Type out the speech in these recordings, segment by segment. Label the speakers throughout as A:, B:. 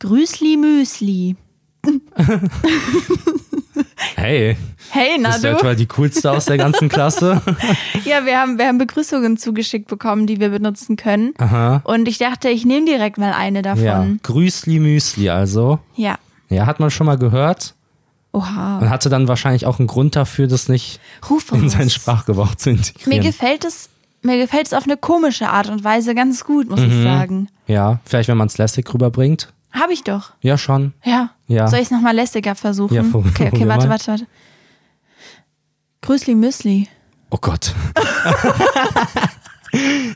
A: Grüßli Müsli.
B: Hey,
A: Hey, na
B: bist du
A: du?
B: etwa die coolste aus der ganzen Klasse?
A: Ja, wir haben, wir haben Begrüßungen zugeschickt bekommen, die wir benutzen können.
B: Aha.
A: Und ich dachte, ich nehme direkt mal eine
B: Ja,
A: davon.
B: Grüßli Müsli also.
A: Ja.
B: Ja, hat man schon mal gehört
A: Oha.
B: und hatte dann wahrscheinlich auch einen Grund dafür, das nicht
A: Ruf
B: in
A: uns.
B: seinen Sprachgebrauch zu
A: Oh, Mir
B: integrieren.
A: gefällt es, mir gefällt es auf eine komische Art und Weise ganz gut, muss
B: Mhm.
A: ich sagen.
B: Ja, vielleicht wenn man es lässig rüberbringt.
A: Habe ich doch.
B: Ja, schon.
A: Ja.
B: Ja.
A: Soll ich es nochmal lästiger versuchen?
B: Ja, prob-
A: okay, okay,
B: probier
A: warte,
B: mal.
A: warte, warte. Grüßli Müsli.
B: Oh Gott.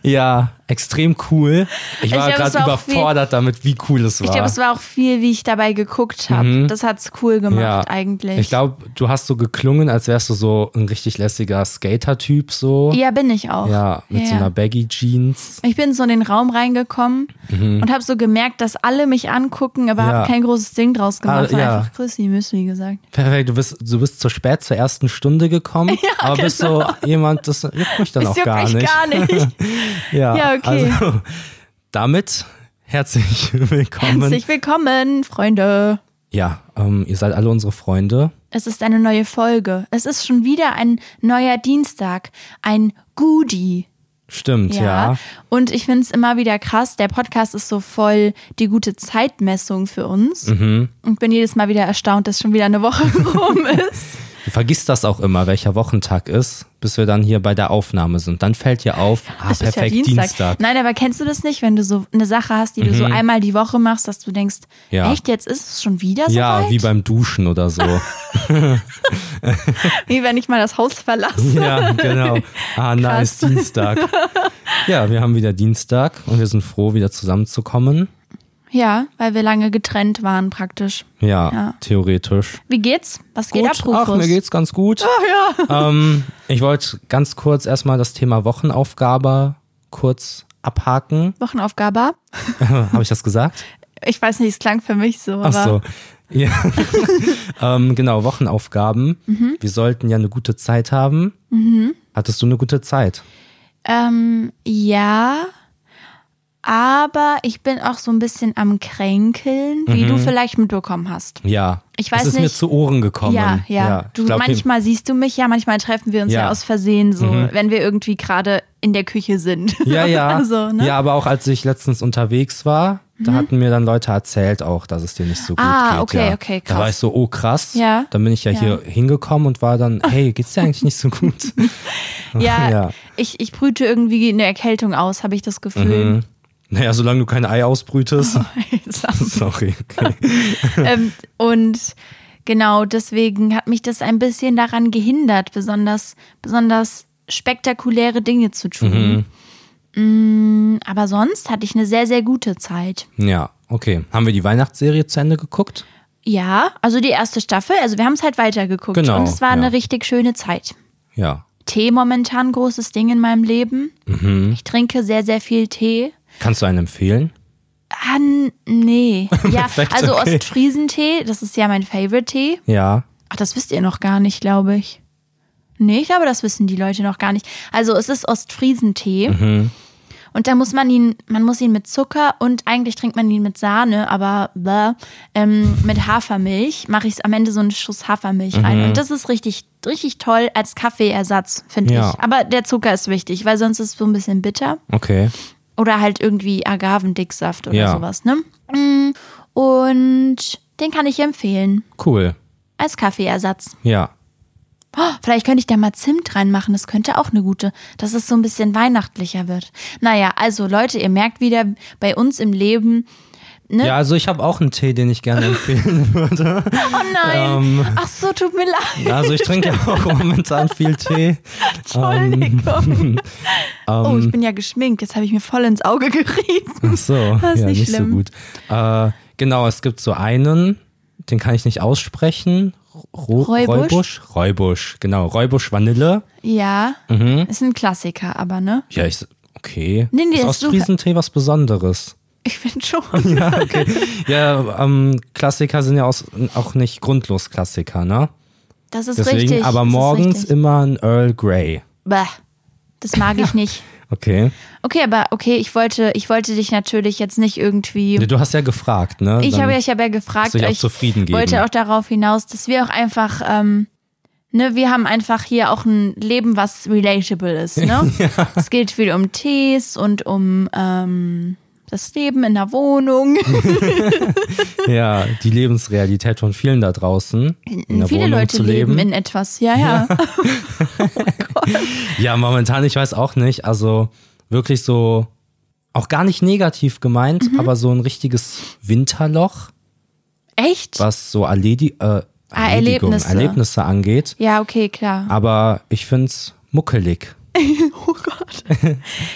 B: ja, extrem cool. Ich war
A: glaub, es
B: gerade
A: war auch viel-
B: überfordert damit, wie cool es war.
A: Ich glaube, es war auch viel, wie ich dabei geguckt habe. Das hat's cool gemacht eigentlich.
B: Mhm. Ich glaube, du hast so geklungen, als wärst du so ein richtig lässiger Skater-Typ so.
A: ja, bin ich auch.
B: Ja, mit so
A: Ja.
B: einer Baggy-Jeans.
A: Ich bin so in den Raum reingekommen und habe so gemerkt, dass alle mich angucken, aber
B: Mhm. Ja.
A: habe kein großes Ding draus gemacht.
B: Ah,
A: Ah,
B: ja.
A: Einfach Chrissy Müsli gesagt.
B: Perfekt, du bist, du bist zu spät zur ersten Stunde gekommen, aber bist so jemand, das juckt mich dann
A: Das
B: auch
A: genau. juckt
B: gar
A: mich gar
B: nicht.
A: nicht.
B: Ja,
A: Ja, okay.
B: Also, damit herzlich willkommen.
A: Herzlich willkommen, Freunde.
B: Ja, ähm, ihr seid alle unsere Freunde.
A: Es ist eine neue Folge. Es ist schon wieder ein neuer Dienstag. Ein Goodie.
B: Stimmt,
A: Ja.
B: ja.
A: Und ich finde es immer wieder krass. Der Podcast ist so voll die gute Zeitmessung für uns.
B: Mhm.
A: Und bin jedes Mal wieder erstaunt, dass schon wieder eine Woche rum ist.
B: Du vergisst das auch immer, welcher Wochentag ist, bis wir dann hier bei der Aufnahme sind. Dann fällt dir auf, ah,
A: Es ist ja
B: perfekt, Dienstag. Mhm.
A: Nein, aber kennst du das nicht, wenn du so eine Sache hast, die du so einmal die Woche machst, dass du denkst,
B: Ja.
A: echt, jetzt ist es schon wieder so
B: Ja,
A: weit?
B: wie beim Duschen oder so.
A: Wie wenn ich mal das Haus verlasse.
B: ja, genau. Ah, nice, Dienstag. Ja, wir haben wieder Dienstag und wir sind froh, wieder zusammenzukommen.
A: Ja, weil wir lange getrennt waren praktisch.
B: Ja,
A: Ja.
B: theoretisch.
A: Wie geht's? Was geht ab, Rufus?
B: Ach, mir geht's ganz gut. Ähm, ich wollte ganz kurz erstmal das Thema Wochenaufgabe kurz abhaken.
A: Wochenaufgabe?
B: Habe Ah, ich das gesagt?
A: Ich weiß nicht, es klang für mich so.
B: Ach
A: aber
B: so. Ja. ähm, genau, Wochenaufgaben.
A: Mhm.
B: Wir sollten ja eine gute Zeit haben. Hattest du eine gute Zeit?
A: Ähm, ja. Aber ich bin auch so ein bisschen am Kränkeln, wie
B: Mhm.
A: du vielleicht mitbekommen hast.
B: Ja.
A: Ich weiß
B: es ist mir
A: nicht.
B: zu Ohren gekommen.
A: Ja, ja.
B: Oh Ich
A: Du,
B: glaub,
A: manchmal siehst du mich ja, manchmal treffen wir uns ja,
B: Ja. Mhm.
A: aus Versehen so, wenn wir irgendwie gerade in der Küche sind.
B: Ja, ja.
A: also, ne? Mhm.
B: Ja, aber auch als ich letztens unterwegs war, da hatten mir dann Leute erzählt auch, dass es dir nicht so gut
A: Ah,
B: geht.
A: okay,
B: ja.
A: okay,
B: Da war
A: krass.
B: ich so, oh krass.
A: Ja.
B: Dann bin ich ja,
A: Ja. Ah.
B: hier hingekommen und war dann, hey, geht's dir eigentlich nicht so gut?
A: Ja,
B: Ja.
A: Ich, ich brüte irgendwie eine Erkältung aus, habe ich das Gefühl.
B: Naja, solange du kein Ei ausbrütest.
A: Oh.
B: Sorry. Okay.
A: ähm, und genau deswegen hat mich das ein bisschen daran gehindert, besonders, besonders spektakuläre Dinge zu
B: Mhm.
A: tun. Mm, aber sonst hatte ich eine sehr, sehr gute Zeit.
B: Ja, okay. Haben wir die Weihnachtsserie zu Ende geguckt?
A: Ja, also die erste Staffel, also wir haben es halt weitergeguckt
B: Genau,
A: und es war
B: ja.
A: eine richtig schöne Zeit.
B: Ja.
A: Tee momentan großes Ding in meinem Leben.
B: Mhm.
A: Ich trinke sehr, sehr viel Tee.
B: Kannst du einen empfehlen?
A: Ah, n- nee. Ja,
B: Perfekt,
A: also
B: okay.
A: Ostfriesentee, das ist ja mein Favorite-Tee.
B: Ja.
A: Ach, das wisst ihr noch gar nicht, glaube ich. Nee, ich glaube, das wissen die Leute noch gar nicht. Also es ist Ostfriesentee.
B: Mhm.
A: Und da muss man ihn, man muss ihn mit Zucker und eigentlich trinkt man ihn mit Sahne, aber bäh, ähm, mit Hafermilch mache ich es am Ende so einen Schuss Hafermilch
B: Mhm.
A: rein. Und das ist richtig, richtig toll als Kaffeeersatz, finde
B: Ja.
A: ich. Aber der Zucker ist wichtig, weil sonst ist es so ein bisschen bitter.
B: Okay.
A: Oder halt irgendwie Agavendicksaft oder
B: Ja.
A: sowas, ne? Mm, Und den kann ich empfehlen.
B: Cool.
A: Als Kaffeeersatz.
B: Ja.
A: Oh, vielleicht könnte ich da mal Zimt reinmachen. Das könnte auch eine gute, dass es so ein bisschen weihnachtlicher wird. Naja, also Leute, ihr merkt wieder, bei uns im Leben. Ne?
B: Ja, also ich habe auch einen Tee, den ich gerne empfehlen
A: Oh nein!
B: Ähm.
A: Ach so, tut mir leid.
B: Also ich trinke auch momentan viel Tee.
A: Entschuldigung.
B: Ähm.
A: oh, ich bin ja geschminkt. Jetzt habe ich mir voll ins Auge gerieben.
B: Ach so,
A: Das ist
B: ja,
A: nicht
B: nicht,
A: schlimm.
B: so gut. Äh, genau, es gibt so einen, den kann ich nicht aussprechen. Ro
A: Räubusch?
B: Räubusch? Räubusch, genau. Räubusch Vanille.
A: Ja,
B: Mhm.
A: ist ein Klassiker, aber ne?
B: Ja, ich, okay.
A: Nee, nee,
B: ist
A: ist
B: Ostfriesentee was Besonderes?
A: Ich finde schon.
B: Ja, okay. ja, ähm, Klassiker sind ja aus, auch nicht grundlos Klassiker, ne?
A: Das ist
B: Deswegen,
A: richtig.
B: aber
A: das ist
B: morgens
A: richtig.
B: immer ein Earl Grey.
A: Bäh. Das mag ich nicht.
B: Okay.
A: Okay, aber okay, ich wollte, ich wollte dich natürlich jetzt nicht irgendwie.
B: Nee, Du hast ja gefragt, ne?
A: Ich
B: Dann-
A: habe ja, ich habe ja gefragt,
B: musst du dich auch
A: aber ich
B: zufrieden geben.
A: wollte auch darauf hinaus, dass wir auch einfach, ähm, ne, wir haben einfach hier auch ein Leben, was relatable ist, ne? Es geht viel um Tees und um ähm, das Leben in der Wohnung.
B: Ja, die Lebensrealität von vielen da draußen. In der
A: Viele
B: Wohnung
A: Leute
B: zu
A: leben. in etwas, ja, ja.
B: Ja, momentan, ich weiß auch nicht. Also wirklich so, auch gar nicht negativ gemeint,
A: Mhm.
B: aber so ein richtiges Winterloch,
A: Echt?
B: was so Erledi äh,
A: Ah,
B: Erledigung,
A: Erlebnisse.
B: Erlebnisse angeht.
A: Ja, okay,
B: Ah.
A: klar.
B: Aber ich find's muckelig.
A: Oh Gott.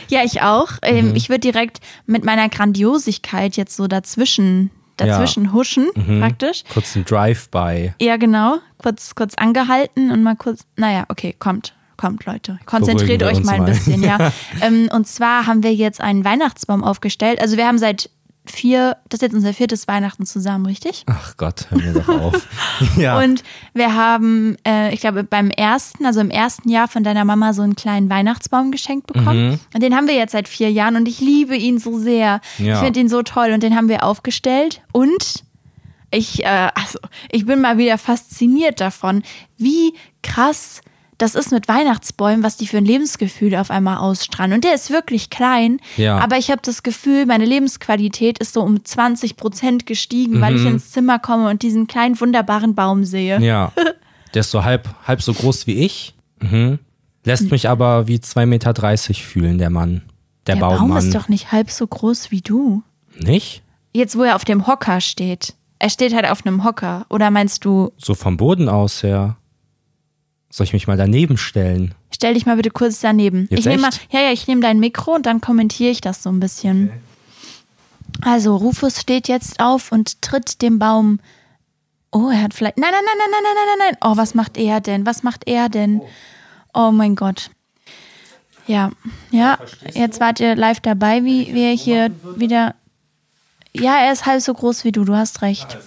A: Ja, ich auch. Ähm,
B: Mhm.
A: Ich würde direkt mit meiner Grandiosigkeit jetzt so dazwischen, dazwischen huschen,
B: Mhm.
A: praktisch.
B: Kurz ein Drive-by.
A: Ja, genau. Kurz, kurz angehalten und mal kurz. Naja, okay, kommt. Kommt, Leute.
B: Beruhigen
A: Konzentriert
B: wir
A: euch
B: uns
A: mal ein
B: mal.
A: bisschen, ja. ähm, und zwar haben wir jetzt einen Weihnachtsbaum aufgestellt. Also wir haben seit vier, das ist jetzt unser viertes Weihnachten zusammen, richtig?
B: Ach Gott, hör mir doch auf. ja.
A: Und wir haben, äh, ich glaube, beim ersten, also im ersten Jahr von deiner Mama so einen kleinen Weihnachtsbaum geschenkt bekommen.
B: Mhm.
A: Und den haben wir jetzt seit vier Jahren und ich liebe ihn so sehr.
B: Ja.
A: Ich finde ihn so toll und den haben wir aufgestellt. Und ich, äh, also, ich bin mal wieder fasziniert davon, wie krass das ist mit Weihnachtsbäumen, was die für ein Lebensgefühl auf einmal ausstrahlen. Und der ist wirklich klein,
B: Ja.
A: aber ich habe das Gefühl, meine Lebensqualität ist so um 20 Prozent gestiegen, weil ich ins Zimmer komme und diesen kleinen wunderbaren Baum sehe.
B: ja. Der ist so halb, halb so groß wie ich. Mhm.
A: Hm.
B: Lässt mich aber wie 2,30 Meter fühlen, der Mann. Der,
A: Der
B: Baummann.
A: Baum ist doch nicht halb so groß wie du.
B: Nicht?
A: Jetzt, wo er auf dem Hocker steht. Er steht halt auf einem Hocker. Oder meinst du,
B: So vom Boden aus her. Soll ich mich mal daneben stellen?
A: stell dich mal bitte kurz daneben.
B: Jetzt
A: ich nehme mal,
B: echt?
A: ja, ja, ich nehme dein Mikro und dann kommentiere ich das so ein bisschen. Also, Rufus steht jetzt auf und tritt dem Baum. Oh, er hat vielleicht. Nein, nein, nein, nein, nein, nein, nein, nein, nein. Oh, was macht er denn? Was macht er denn? Oh mein Gott. Ja, ja, jetzt wart ihr live dabei, wie wir hier wieder. Ja, er ist halb so groß wie du, du hast recht.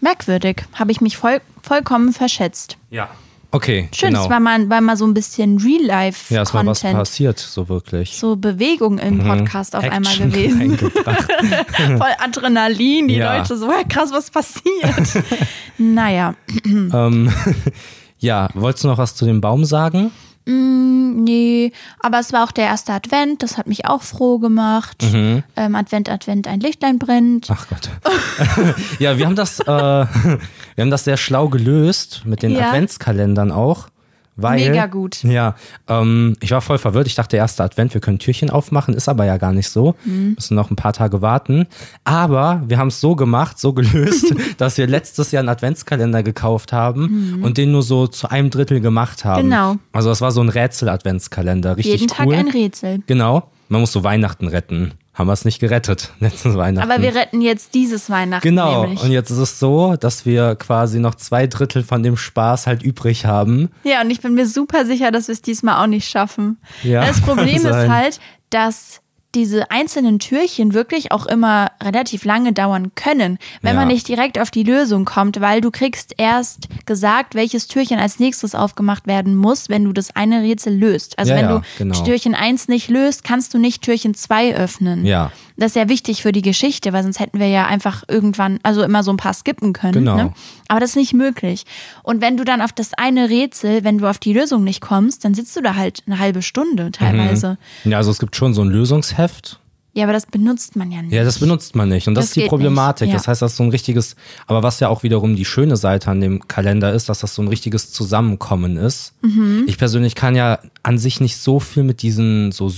A: Merkwürdig, habe ich mich voll, vollkommen verschätzt.
B: Ja. Okay,
A: Schön,
B: genau.
A: es war mal, war mal so ein bisschen Real-Life-Content.
B: ja, es war was passiert, so wirklich.
A: so Bewegung im Podcast auf einmal
B: Action
A: gewesen.
B: reingebracht.
A: Voll Adrenalin, die
B: Ja.
A: Leute so, "Wow, krass, was passiert. naja,
B: ja, wolltest du noch was zu dem Baum sagen?
A: nee, aber es war auch der erste Advent, das hat mich auch froh gemacht.
B: Mhm.
A: Ähm, Advent, Advent, ein Lichtlein brennt.
B: Ach Gott. ja, wir haben das, äh, wir haben das sehr schlau gelöst mit den
A: Ja.
B: Adventskalendern auch. Weil,
A: Mega gut.
B: Ja, ähm, ich war voll verwirrt. Ich dachte, erster Advent, wir können Türchen aufmachen, ist aber ja gar nicht so.
A: Mhm.
B: Müssen noch ein paar Tage warten. Aber wir haben es so gemacht, so gelöst, dass wir letztes Jahr einen Adventskalender gekauft haben und den nur so zu einem Drittel gemacht haben.
A: Mhm. Genau.
B: Also das war so ein Rätsel-Adventskalender, richtig
A: Jeden Tag
B: cool.
A: ein Rätsel.
B: Genau. Man muss so Weihnachten retten. Haben wir es nicht gerettet, letztes Weihnachten.
A: Aber wir retten jetzt dieses Weihnachten
B: Genau,
A: nämlich.
B: und jetzt ist es so, dass wir quasi noch zwei Drittel von dem Spaß halt übrig haben.
A: Ja, und ich bin mir super sicher, dass wir es diesmal auch nicht schaffen.
B: Ja,
A: das Problem ist
B: kann sein.
A: halt, dass diese einzelnen Türchen wirklich auch immer relativ lange dauern können, wenn
B: Ja.
A: man nicht direkt auf die Lösung kommt, weil du kriegst erst gesagt, welches Türchen als nächstes aufgemacht werden muss, wenn du das eine Rätsel löst. Also
B: Ja,
A: wenn
B: ja,
A: du
B: genau.
A: Türchen 1 nicht löst, kannst du nicht Türchen 2 öffnen.
B: Ja.
A: Das ist ja wichtig für die Geschichte, weil sonst hätten wir ja einfach irgendwann, also immer so ein paar skippen können.
B: Genau.
A: Ne? Aber das ist nicht möglich. Und wenn du dann auf das eine Rätsel, wenn du auf die Lösung nicht kommst, dann sitzt du da halt eine halbe Stunde teilweise.
B: Ja, also es gibt schon so ein Lösungsheft.
A: Ja, aber das benutzt man ja nicht.
B: Ja, das benutzt man nicht. Und das,
A: Das
B: ist die
A: geht
B: Problematik.
A: nicht, ja.
B: Das heißt, das ist so ein richtiges, aber was ja auch wiederum die schöne Seite an dem Kalender ist, dass das so ein richtiges Zusammenkommen ist.
A: Mhm.
B: Ich persönlich kann ja an sich nicht so viel mit diesen so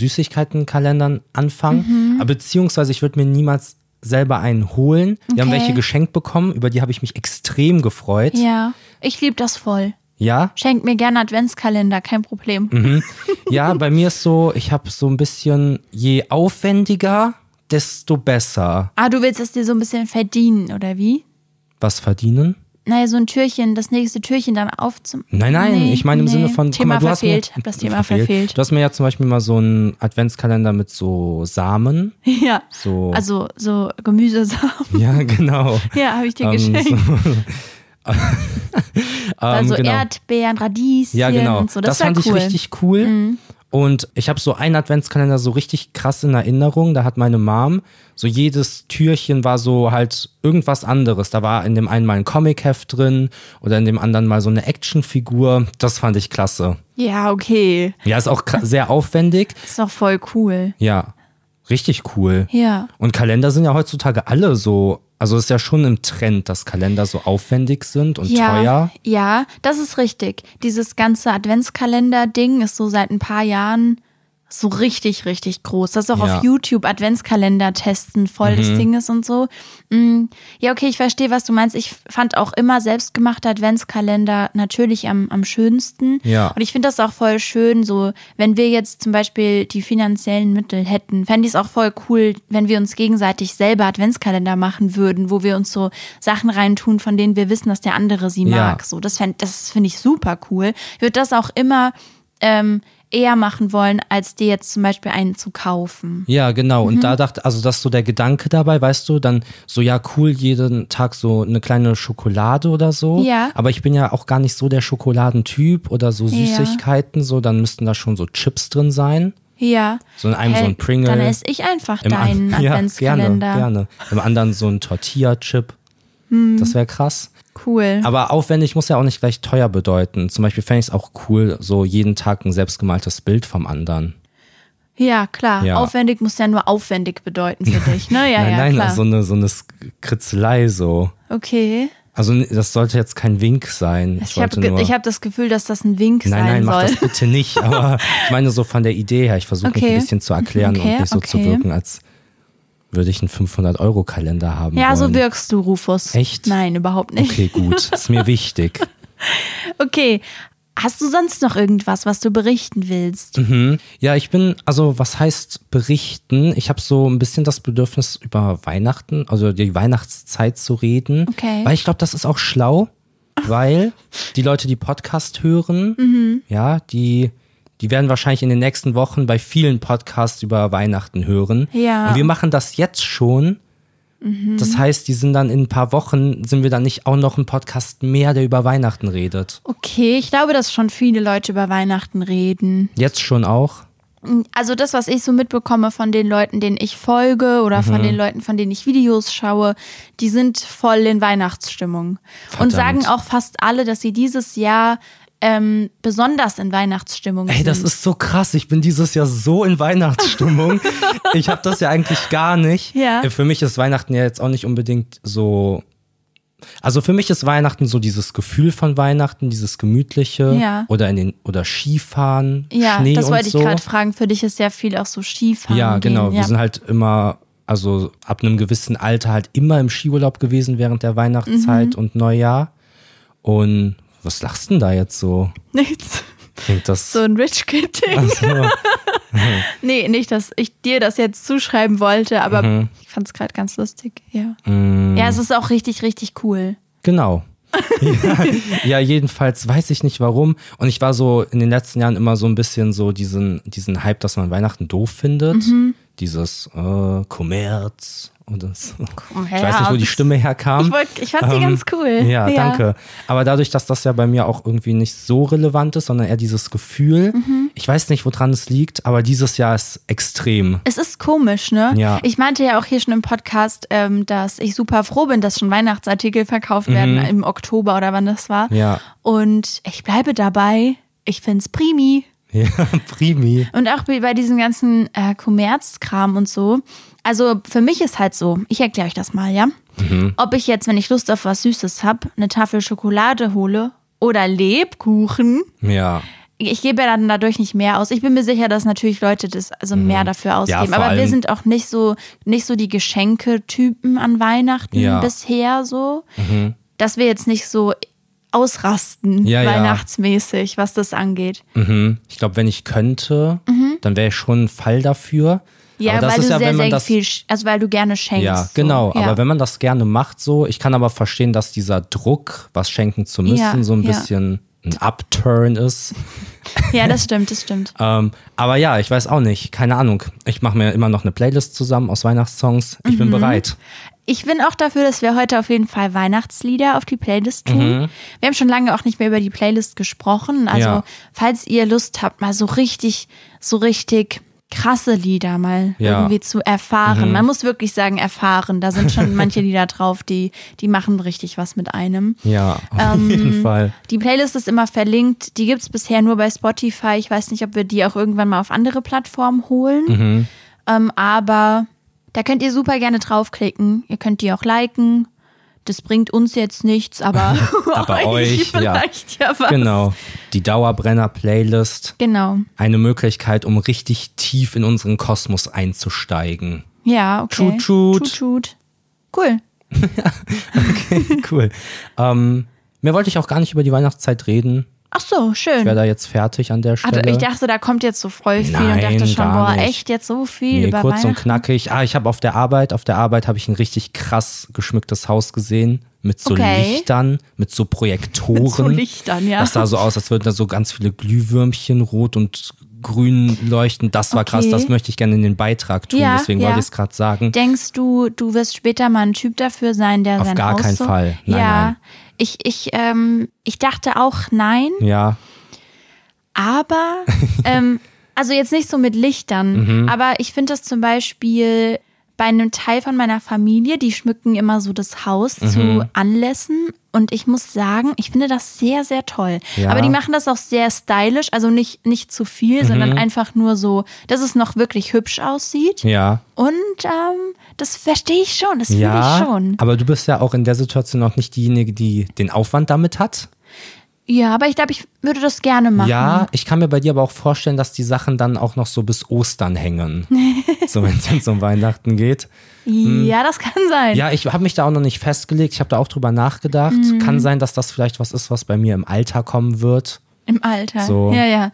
B: Süßigkeitenkalendern
A: Mhm.
B: anfangen. Aber beziehungsweise ich würde mir niemals selber einen holen. Wir haben
A: Okay.
B: welche geschenkt bekommen, über die habe ich mich extrem gefreut.
A: Ja, ich liebe das voll.
B: ja?
A: Schenkt mir gerne Adventskalender, kein Problem.
B: Mhm. Ja, bei mir ist so, ich habe so ein bisschen, je aufwendiger, desto besser
A: Ah, du willst es dir so ein bisschen verdienen, oder wie?
B: was verdienen.
A: Naja, so ein Türchen, das nächste Türchen dann aufzumachen.
B: Nein, nein, ich meine im Sinne von, guck
A: Thema
B: mal, du
A: verfehlt.
B: hast mir,
A: Hab das Thema verfehlt.
B: Du hast mir ja zum Beispiel mal so einen Adventskalender mit so Samen,
A: Ja.
B: so,
A: Also so Gemüsesamen.
B: ja, genau.
A: Ja, habe ich dir
B: Ähm,
A: geschenkt.
B: Ähm,
A: also
B: genau.
A: Erdbeeren, Radieschen
B: ja, genau.
A: und so. Das, war
B: fand
A: cool. Mhm.
B: ich richtig cool. Und ich habe so einen Adventskalender so richtig krass in Erinnerung. Da hat meine Mom so jedes Türchen war so halt irgendwas anderes. Da war in dem einen mal ein Comicheft drin oder in dem anderen mal so eine Actionfigur. Das fand ich klasse.
A: Ja, okay.
B: Ja, ist auch kra- sehr aufwendig.
A: Ist doch voll cool.
B: Ja, richtig cool.
A: Ja.
B: Und Kalender sind ja heutzutage alle so. Also ist ja schon im Trend, dass Kalender so aufwendig sind und
A: Ja,
B: teuer.
A: ja, das ist richtig. Dieses ganze Adventskalender-Ding ist so seit ein paar Jahren so richtig, richtig groß. Dass auch
B: Ja. Mhm.
A: auf YouTube Adventskalender testen voll das Ding ist und so. Mm, Ja, okay, ich verstehe, was du meinst. Ich fand auch immer selbstgemachte Adventskalender natürlich am, am schönsten.
B: Ja.
A: Und ich finde das auch voll schön, so wenn wir jetzt zum Beispiel die finanziellen Mittel hätten, fände ich es auch voll cool, wenn wir uns gegenseitig selber Adventskalender machen würden, wo wir uns so Sachen reintun, von denen wir wissen, dass der andere sie
B: Ja.
A: mag. So, das fänd, das finde ich super cool. Ich würde das auch immer ähm, eher machen wollen, als dir jetzt zum Beispiel einen zu kaufen.
B: Ja, genau.
A: Mhm.
B: Und da dachte, also das ist so der Gedanke dabei, weißt du, dann so, ja, cool, jeden Tag so eine kleine Schokolade oder so.
A: Ja.
B: Aber ich bin ja auch gar nicht so der Schokoladentyp oder so Süßigkeiten, so, dann müssten da schon so Chips drin sein.
A: Ja.
B: So in einem
A: Hey,
B: so ein Pringle.
A: Dann esse ich einfach
B: Im an-
A: deinen Adventskalender.
B: Ja, gerne, gerne. Im anderen so ein Tortilla-Chip.
A: Mhm.
B: Das wäre krass.
A: Cool.
B: Aber aufwendig muss ja auch nicht gleich teuer bedeuten. Zum Beispiel fände ich es auch cool, so jeden Tag ein selbstgemaltes Bild vom anderen.
A: ja, klar.
B: Ja.
A: Aufwendig muss ja nur aufwendig bedeuten für dich, ne? Ja,
B: nein,
A: ja,
B: nein, also
A: klar.
B: so eine, so eine Kritzelei so.
A: okay.
B: Also n- das sollte jetzt kein Wink sein. Ich,
A: Also Ich habe
B: wollte nur.
A: hab das Gefühl, dass das ein Wink
B: nein,
A: sein
B: nein, mach
A: soll.
B: das bitte nicht. Aber ich meine so von der Idee her. Ich versuche mich
A: Okay.
B: ein bisschen zu erklären
A: Okay,
B: und nicht so zu
A: okay.
B: wirken, als würde ich einen 500 Euro Kalender haben
A: ja, also so
B: wollen.
A: wirkst du, Rufus.
B: Echt?
A: Nein, überhaupt nicht.
B: Okay, gut. Ist mir wichtig.
A: Okay. Hast du sonst noch irgendwas, was du berichten willst?
B: Mhm. Ja, ich bin, also was heißt berichten? Ich habe so ein bisschen das Bedürfnis, über Weihnachten, also die Weihnachtszeit zu reden.
A: Okay.
B: Weil ich glaube, das ist auch schlau, weil die Leute, die Podcast hören,
A: Mhm.
B: ja, die, die werden wahrscheinlich in den nächsten Wochen bei vielen Podcasts über Weihnachten hören.
A: Ja. Mhm.
B: Und wir machen das jetzt schon. Das heißt, die sind dann in ein paar Wochen, sind wir dann nicht auch noch ein Podcast mehr, der über Weihnachten redet.
A: Okay, ich glaube, dass schon viele Leute über Weihnachten reden.
B: Jetzt schon auch.
A: Also das, was ich so mitbekomme von den Leuten, denen ich folge oder von
B: Mhm.
A: den Leuten, von denen ich Videos schaue, die sind voll in Weihnachtsstimmung. Und
B: Verdammt.
A: sagen auch fast alle, dass sie dieses Jahr ähm, besonders in Weihnachtsstimmung
B: Ey,
A: sind.
B: das ist so krass. Ich bin dieses Jahr so in Weihnachtsstimmung. ich habe das ja eigentlich gar nicht.
A: Ja.
B: Äh, Für mich ist Weihnachten ja jetzt auch nicht unbedingt so. Also für mich ist Weihnachten so dieses Gefühl von Weihnachten, dieses gemütliche
A: Ja.
B: oder in den oder Skifahren,
A: ja,
B: Schnee
A: das
B: und
A: wollte
B: so.
A: ich gerade fragen. Für dich ist ja viel auch so Skifahren.
B: ja, genau.
A: Gehen.
B: Wir sind halt immer, also ab einem gewissen Alter halt immer im Skiurlaub gewesen während der Weihnachtszeit
A: Mhm.
B: und Neujahr. Und was lachst denn da jetzt so?
A: nichts.
B: Klingt das also,
A: So ein Rich Kid Ding. nee, nicht, dass ich dir das jetzt zuschreiben wollte, aber
B: Mhm.
A: ich fand es gerade ganz lustig. Ja.
B: Mm.
A: ja, es ist auch richtig, richtig cool.
B: Genau. ja, ja, jedenfalls weiß ich nicht warum. Und ich war so in den letzten Jahren immer so ein bisschen so diesen, diesen Hype, dass man Weihnachten doof findet.
A: Mhm.
B: Dieses äh, Kommerz und das. Ich weiß nicht, wo die
A: Kommerz.
B: Stimme herkam.
A: Ich, wollt, ich fand sie
B: Ähm,
A: ganz cool.
B: Ja, danke. Aber dadurch, dass das ja bei mir auch irgendwie nicht so relevant ist, sondern eher dieses Gefühl,
A: Mhm.
B: ich weiß nicht, woran es liegt, aber dieses Jahr ist extrem.
A: Es ist komisch, ne?
B: Ja.
A: Ich meinte ja auch hier schon im Podcast, ähm, dass ich super froh bin, dass schon Weihnachtsartikel verkauft werden im Oktober oder wann das war.
B: Mhm. Ja.
A: Und ich bleibe dabei. Ich find's primi.
B: Ja, primi.
A: Und auch bei bei diesem ganzen äh, Kommerzkram und so. Also für mich ist halt so, ich erkläre euch das mal, ja?
B: Mhm.
A: Ob ich jetzt, wenn ich Lust auf was Süßes habe, eine Tafel Schokolade hole oder Lebkuchen,
B: Ja.
A: ich gebe ja dann dadurch nicht mehr aus. Ich bin mir sicher, dass natürlich Leute das also mehr dafür ausgeben.
B: Mhm. vor
A: Aber wir
B: allem-
A: sind auch nicht so, nicht so die Geschenketypen an Weihnachten
B: Ja. Mhm.
A: bisher so, dass wir jetzt nicht so ausrasten,
B: Ja, ja.
A: weihnachtsmäßig, was das angeht.
B: Mhm. Ich glaube, wenn ich könnte, dann wäre ich schon ein Fall dafür.
A: Mhm. Ja,
B: aber das
A: weil
B: ist
A: du
B: ja,
A: sehr,
B: wenn man
A: sehr
B: das,
A: viel, sch- also weil du gerne schenkst.
B: ja,
A: so.
B: genau.
A: Ja.
B: Aber wenn man das gerne macht, so, ich kann aber verstehen, dass dieser Druck, was schenken zu müssen, so ein
A: ja.
B: bisschen ein Upturn ist.
A: ja, das stimmt, das stimmt.
B: Ähm, aber ja,
A: Mhm.
B: ich weiß auch nicht. Keine Ahnung. Ich mache mir immer noch eine Playlist zusammen aus Weihnachtssongs. Ich bin bereit.
A: Ich bin auch dafür, dass wir heute auf jeden Fall Weihnachtslieder auf die Playlist tun. Wir haben schon lange auch nicht mehr über die Playlist gesprochen. Also,
B: Mhm. Ja.
A: falls ihr Lust habt, mal so richtig, so richtig krasse Lieder mal
B: Ja. Mhm.
A: irgendwie zu erfahren. Man muss wirklich sagen, erfahren. Da sind schon manche Lieder drauf, die, die machen richtig was mit einem.
B: Ja, auf
A: Ähm,
B: jeden Fall.
A: Die Playlist ist immer verlinkt. Die gibt es bisher nur bei Spotify. Ich weiß nicht, ob wir die auch irgendwann mal auf andere Plattformen holen.
B: Mhm.
A: Ähm, aber da könnt ihr super gerne draufklicken. Ihr könnt die auch liken. Das bringt uns jetzt nichts, aber,
B: Aber euch, ja.
A: vielleicht ja, was.
B: Genau. Die Dauerbrenner-Playlist.
A: Genau.
B: Eine Möglichkeit, um richtig tief in unseren Kosmos einzusteigen.
A: Ja, okay.
B: Tschut, tschut.
A: tschut. Cool.
B: cool. Ähm, mehr wollte ich auch gar nicht über die Weihnachtszeit reden.
A: Ach so, schön.
B: Ich wäre da jetzt fertig an der
A: Ach,
B: Stelle.
A: ich dachte, da kommt jetzt so voll viel und
B: Nein,
A: dachte schon,
B: gar
A: boah,
B: nicht.
A: echt jetzt so viel
B: Nee,
A: über
B: kurz und
A: Weihnachten.
B: knackig. Ah, ich habe auf der Arbeit, auf der Arbeit habe ich ein richtig krass geschmücktes Haus gesehen. Mit so
A: Okay.
B: Lichtern, mit so Projektoren.
A: Mit so Lichtern, ja.
B: Das sah so aus, als würden da so ganz viele Glühwürmchen rot und grün leuchten. Das war krass,
A: Okay.
B: das möchte ich gerne in den Beitrag tun,
A: Ja,
B: deswegen
A: ja.
B: wollte ich es gerade sagen.
A: Denkst du, du wirst später mal ein Typ dafür sein, der
B: Auf
A: sein
B: gar
A: Haus
B: keinen
A: so
B: Fall. Nein,
A: ja,
B: nein.
A: ich ich ähm, ich dachte auch nein,
B: ja,
A: aber ähm, also jetzt nicht so mit Lichtern,
B: Mhm.
A: aber ich finde das zum Beispiel bei einem Teil von meiner Familie, die schmücken immer so das Haus
B: Mhm.
A: zu Anlässen und ich muss sagen, ich finde das sehr sehr toll.
B: Ja.
A: Aber die machen das auch sehr stylisch, also nicht nicht zu viel,
B: Mhm.
A: sondern einfach nur so, dass es noch wirklich hübsch aussieht.
B: ja.
A: Und ähm, das verstehe ich schon, das fühle
B: Ja,
A: ich schon.
B: aber du bist ja auch in der Situation auch nicht diejenige, die den Aufwand damit hat.
A: Ja, aber ich glaube, ich würde das gerne machen.
B: Ja, ich kann mir bei dir aber auch vorstellen, dass die Sachen dann auch noch so bis Ostern hängen. so, wenn es jetzt um Weihnachten geht.
A: ja das kann sein.
B: hm. Ja, ich habe mich da auch noch nicht festgelegt. Ich habe da auch drüber nachgedacht.
A: Mhm.
B: Kann sein, dass das vielleicht was ist, was bei mir im Alter kommen wird.
A: Im Alter.
B: So.
A: Ja, ja.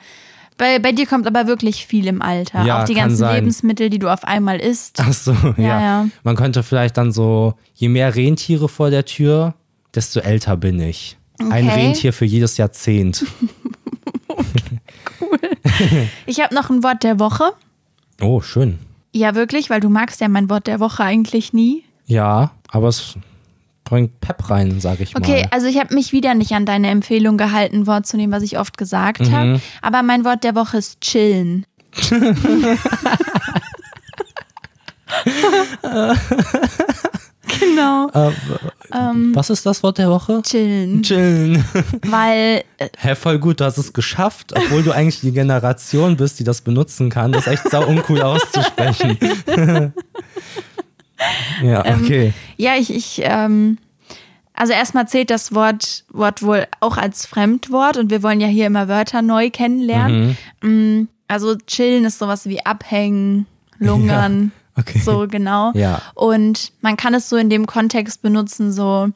A: Bei, bei dir kommt aber wirklich viel im Alter.
B: Ja,
A: Auch die
B: kann
A: ganzen
B: sein.
A: Lebensmittel, die du auf einmal isst.
B: Ach so, ja.
A: ja.
B: Man könnte vielleicht dann so, je mehr Rentiere vor der Tür, desto älter bin ich. Ein
A: Okay.
B: Rentier für jedes Jahrzehnt.
A: Ich habe noch ein Wort der Woche.
B: Oh, schön.
A: Ja, wirklich, weil du magst ja mein Wort der Woche eigentlich nie.
B: Ja, aber es bringt Pep rein, sage ich
A: Okay,
B: mal.
A: also ich habe mich wieder nicht an deine Empfehlung gehalten, ein Wort zu nehmen, was ich oft gesagt habe. Aber mein Wort der Woche ist chillen. genau, ähm,
B: Was ist das Wort der Woche?
A: chillen.
B: Chillen.
A: Weil äh,
B: Hä, voll gut, du hast es geschafft, obwohl du eigentlich die Generation bist, die das benutzen kann. Das ist echt sau uncool auszusprechen. ja,
A: Ähm.
B: okay.
A: Ja, ich, ich ähm, also erstmal zählt das Wort, Wort wohl auch als Fremdwort und wir wollen ja hier immer Wörter neu kennenlernen.
B: Mhm.
A: Mm, Also chillen ist sowas wie abhängen, lungern,
B: Ja, okay.
A: so genau.
B: Ja.
A: Und man kann es so in dem Kontext benutzen, so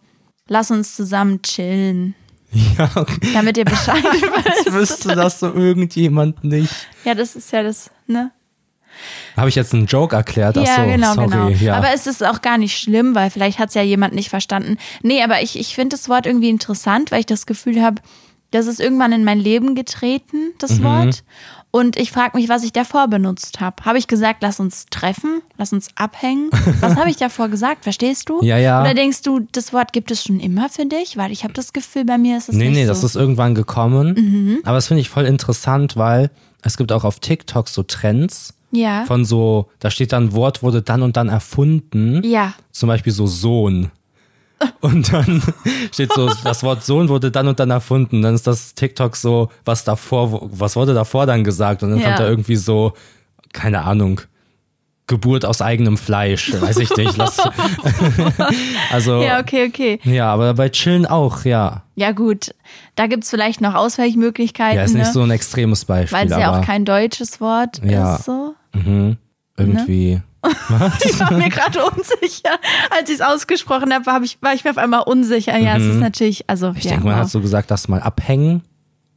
A: lass uns zusammen chillen,
B: Ja, okay.
A: damit ihr Bescheid wisst.
B: Jetzt wüsste das so irgendjemand nicht.
A: Ja, das ist ja das, ne?
B: Habe ich jetzt einen Joke erklärt? Ach so,
A: ja, genau,
B: sorry.
A: genau.
B: Ja.
A: Aber es ist auch gar nicht schlimm, weil vielleicht hat es ja jemand nicht verstanden. Nee, aber ich, ich finde das Wort irgendwie interessant, weil ich das Gefühl habe, das ist irgendwann in mein Leben getreten, das
B: Mhm.
A: Wort. Und ich frage mich, was ich davor benutzt habe. Habe ich gesagt, lass uns treffen, lass uns abhängen? Was habe ich davor gesagt? Verstehst du?
B: Ja, ja.
A: Oder denkst du, das Wort gibt es schon immer für dich? Weil ich habe das Gefühl, bei mir ist es
B: Nee,
A: nicht
B: nee,
A: so. Mhm.
B: das ist irgendwann gekommen. Aber das finde ich voll interessant, weil es gibt auch auf TikTok so Trends
A: ja.
B: von so, da steht dann, Wort wurde dann und dann erfunden.
A: ja.
B: Zum Beispiel so Sohn. Und dann steht so, das Wort Sohn wurde dann und dann erfunden. Dann ist das TikTok so, was davor, wo- was wurde davor dann gesagt? Und dann
A: Ja.
B: kommt da irgendwie so, keine Ahnung, Geburt aus eigenem Fleisch. Weiß ich nicht. Lass, also,
A: Ja,
B: ja,
A: okay, okay.
B: aber bei Chillen auch, ja.
A: Ja, gut. Da gibt es vielleicht noch Ausweichmöglichkeiten.
B: Ja, ist nicht
A: ne?
B: so ein extremes Beispiel,
A: Weil es
B: aber
A: ja auch kein ne? deutsches Wort
B: Ja.
A: ist. So.
B: irgendwie.
A: Ich war mir gerade unsicher. Als ich es ausgesprochen habe, hab ich, war ich mir auf einmal unsicher. Ja, es ist natürlich, also
B: Mhm. Ich
A: ja,
B: denke, man
A: wow.
B: hat so gesagt, lass mal abhängen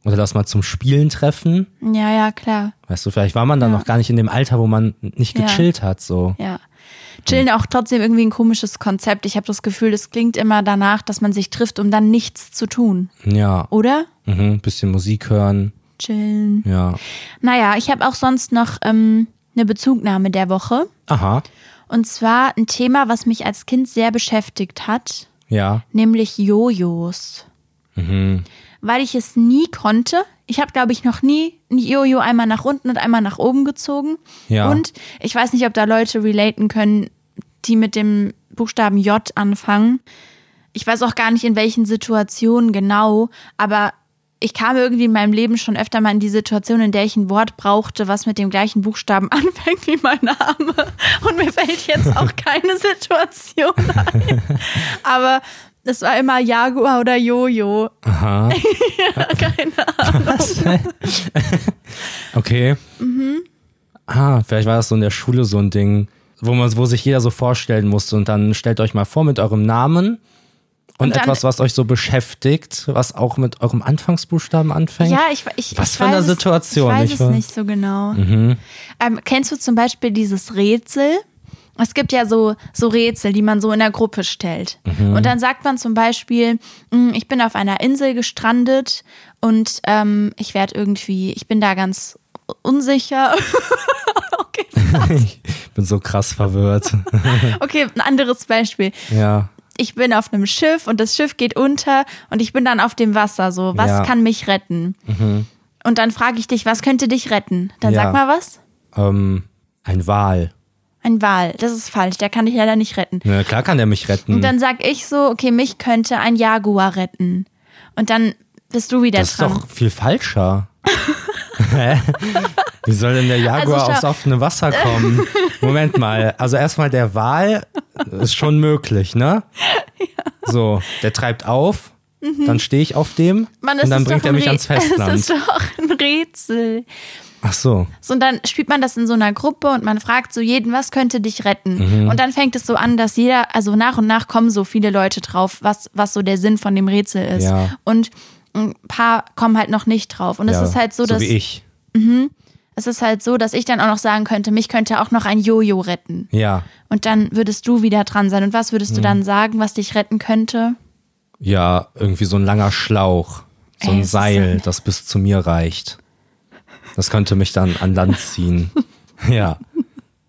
B: oder lass mal zum Spielen treffen.
A: ja, ja, klar.
B: Weißt du, vielleicht war man dann noch gar nicht in dem Alter, wo man nicht
A: Ja.
B: gechillt hat, so.
A: Ja. Chillen auch trotzdem irgendwie ein komisches Konzept. Ich habe das Gefühl, es klingt immer danach, dass man sich trifft, um dann nichts zu tun.
B: Ja.
A: Oder?
B: Mhm, bisschen Musik hören.
A: Chillen.
B: Ja.
A: Naja, ich habe auch sonst noch ähm, eine Bezugnahme der Woche.
B: Aha.
A: Und zwar ein Thema, was mich als Kind sehr beschäftigt hat,
B: Ja.
A: nämlich Jojos. Weil ich es nie konnte. Ich habe, glaube ich, noch nie ein Jojo einmal nach unten und einmal nach oben gezogen.
B: Ja.
A: Und ich weiß nicht, ob da Leute relaten können, die mit dem Buchstaben J anfangen. Ich weiß auch gar nicht, in welchen Situationen genau, aber ich kam irgendwie in meinem Leben schon öfter mal in die Situation, in der ich ein Wort brauchte, was mit dem gleichen Buchstaben anfängt wie mein Name. Und mir fällt jetzt auch keine Situation ein. Aber es war immer Jaguar oder Jojo.
B: Aha.
A: Keine Ahnung.
B: Okay.
A: Mhm.
B: Ah, vielleicht war das so in der Schule so ein Ding, wo man, wo sich jeder so vorstellen musste und dann stellt euch mal vor mit eurem Namen und,
A: Und dann-
B: etwas, was euch so beschäftigt, was auch mit eurem Anfangsbuchstaben anfängt.
A: Ja, ich, ich,
B: Hm. Was
A: ich
B: für eine
A: weiß es-
B: Situation,
A: Ich weiß
B: nicht
A: es
B: wahr? Mhm.
A: nicht so genau. Ähm, kennst du zum Beispiel dieses Rätsel? Es gibt ja so, so Rätsel, die man so in der Gruppe stellt.
B: Mhm.
A: Und dann sagt man zum Beispiel, "Mm, ich bin auf einer Insel gestrandet und ähm, ich werde irgendwie, ich bin da ganz unsicher. okay.
B: Ich bin so krass verwirrt.
A: okay, ein anderes Beispiel.
B: ja.
A: Ich bin auf einem Schiff und das Schiff geht unter und ich bin dann auf dem Wasser. So, was
B: Ja. Mhm.
A: kann mich retten? Und dann frage ich dich, was könnte dich retten? Dann
B: Ja.
A: sag mal was.
B: Ähm, ein Wal.
A: Ein Wal, das ist falsch, der kann dich leider nicht retten.
B: Na, klar kann der mich retten.
A: Und dann sag ich so, okay, mich könnte ein Jaguar retten. Und dann bist du wieder
B: das ist
A: dran.
B: doch viel falscher. Hä? Wie soll denn der Jaguar
A: Also schau-
B: aufs offene Wasser kommen? Moment mal. Also erstmal der Wal ist schon möglich, ne? So, der treibt auf, dann stehe ich auf dem
A: Mhm. Man,
B: und
A: es
B: dann
A: ist
B: bringt
A: doch
B: er
A: ein
B: mich
A: Rä-
B: ans
A: Es ist
B: Festland.
A: doch ein Rätsel.
B: Ach so.
A: So, und dann spielt man das in so einer Gruppe und man fragt so jeden, was könnte dich retten? Und dann fängt es so an, dass jeder, also nach und nach kommen so viele Leute drauf, was, was so der Sinn von dem Rätsel ist.
B: Ja.
A: Und ein paar kommen halt noch nicht drauf. Und es
B: ja,
A: ist halt so, dass
B: wie ich.
A: es ist halt so, dass ich dann auch noch sagen könnte, mich könnte auch noch ein Jojo retten.
B: Ja.
A: Und dann würdest du wieder dran sein. Und was würdest du dann sagen, was dich retten könnte?
B: Ja, irgendwie so ein langer Schlauch,
A: Ey,
B: so ein
A: das ist
B: Seil,
A: ein-
B: das bis zu mir reicht. Das könnte mich dann an Land ziehen. Ja,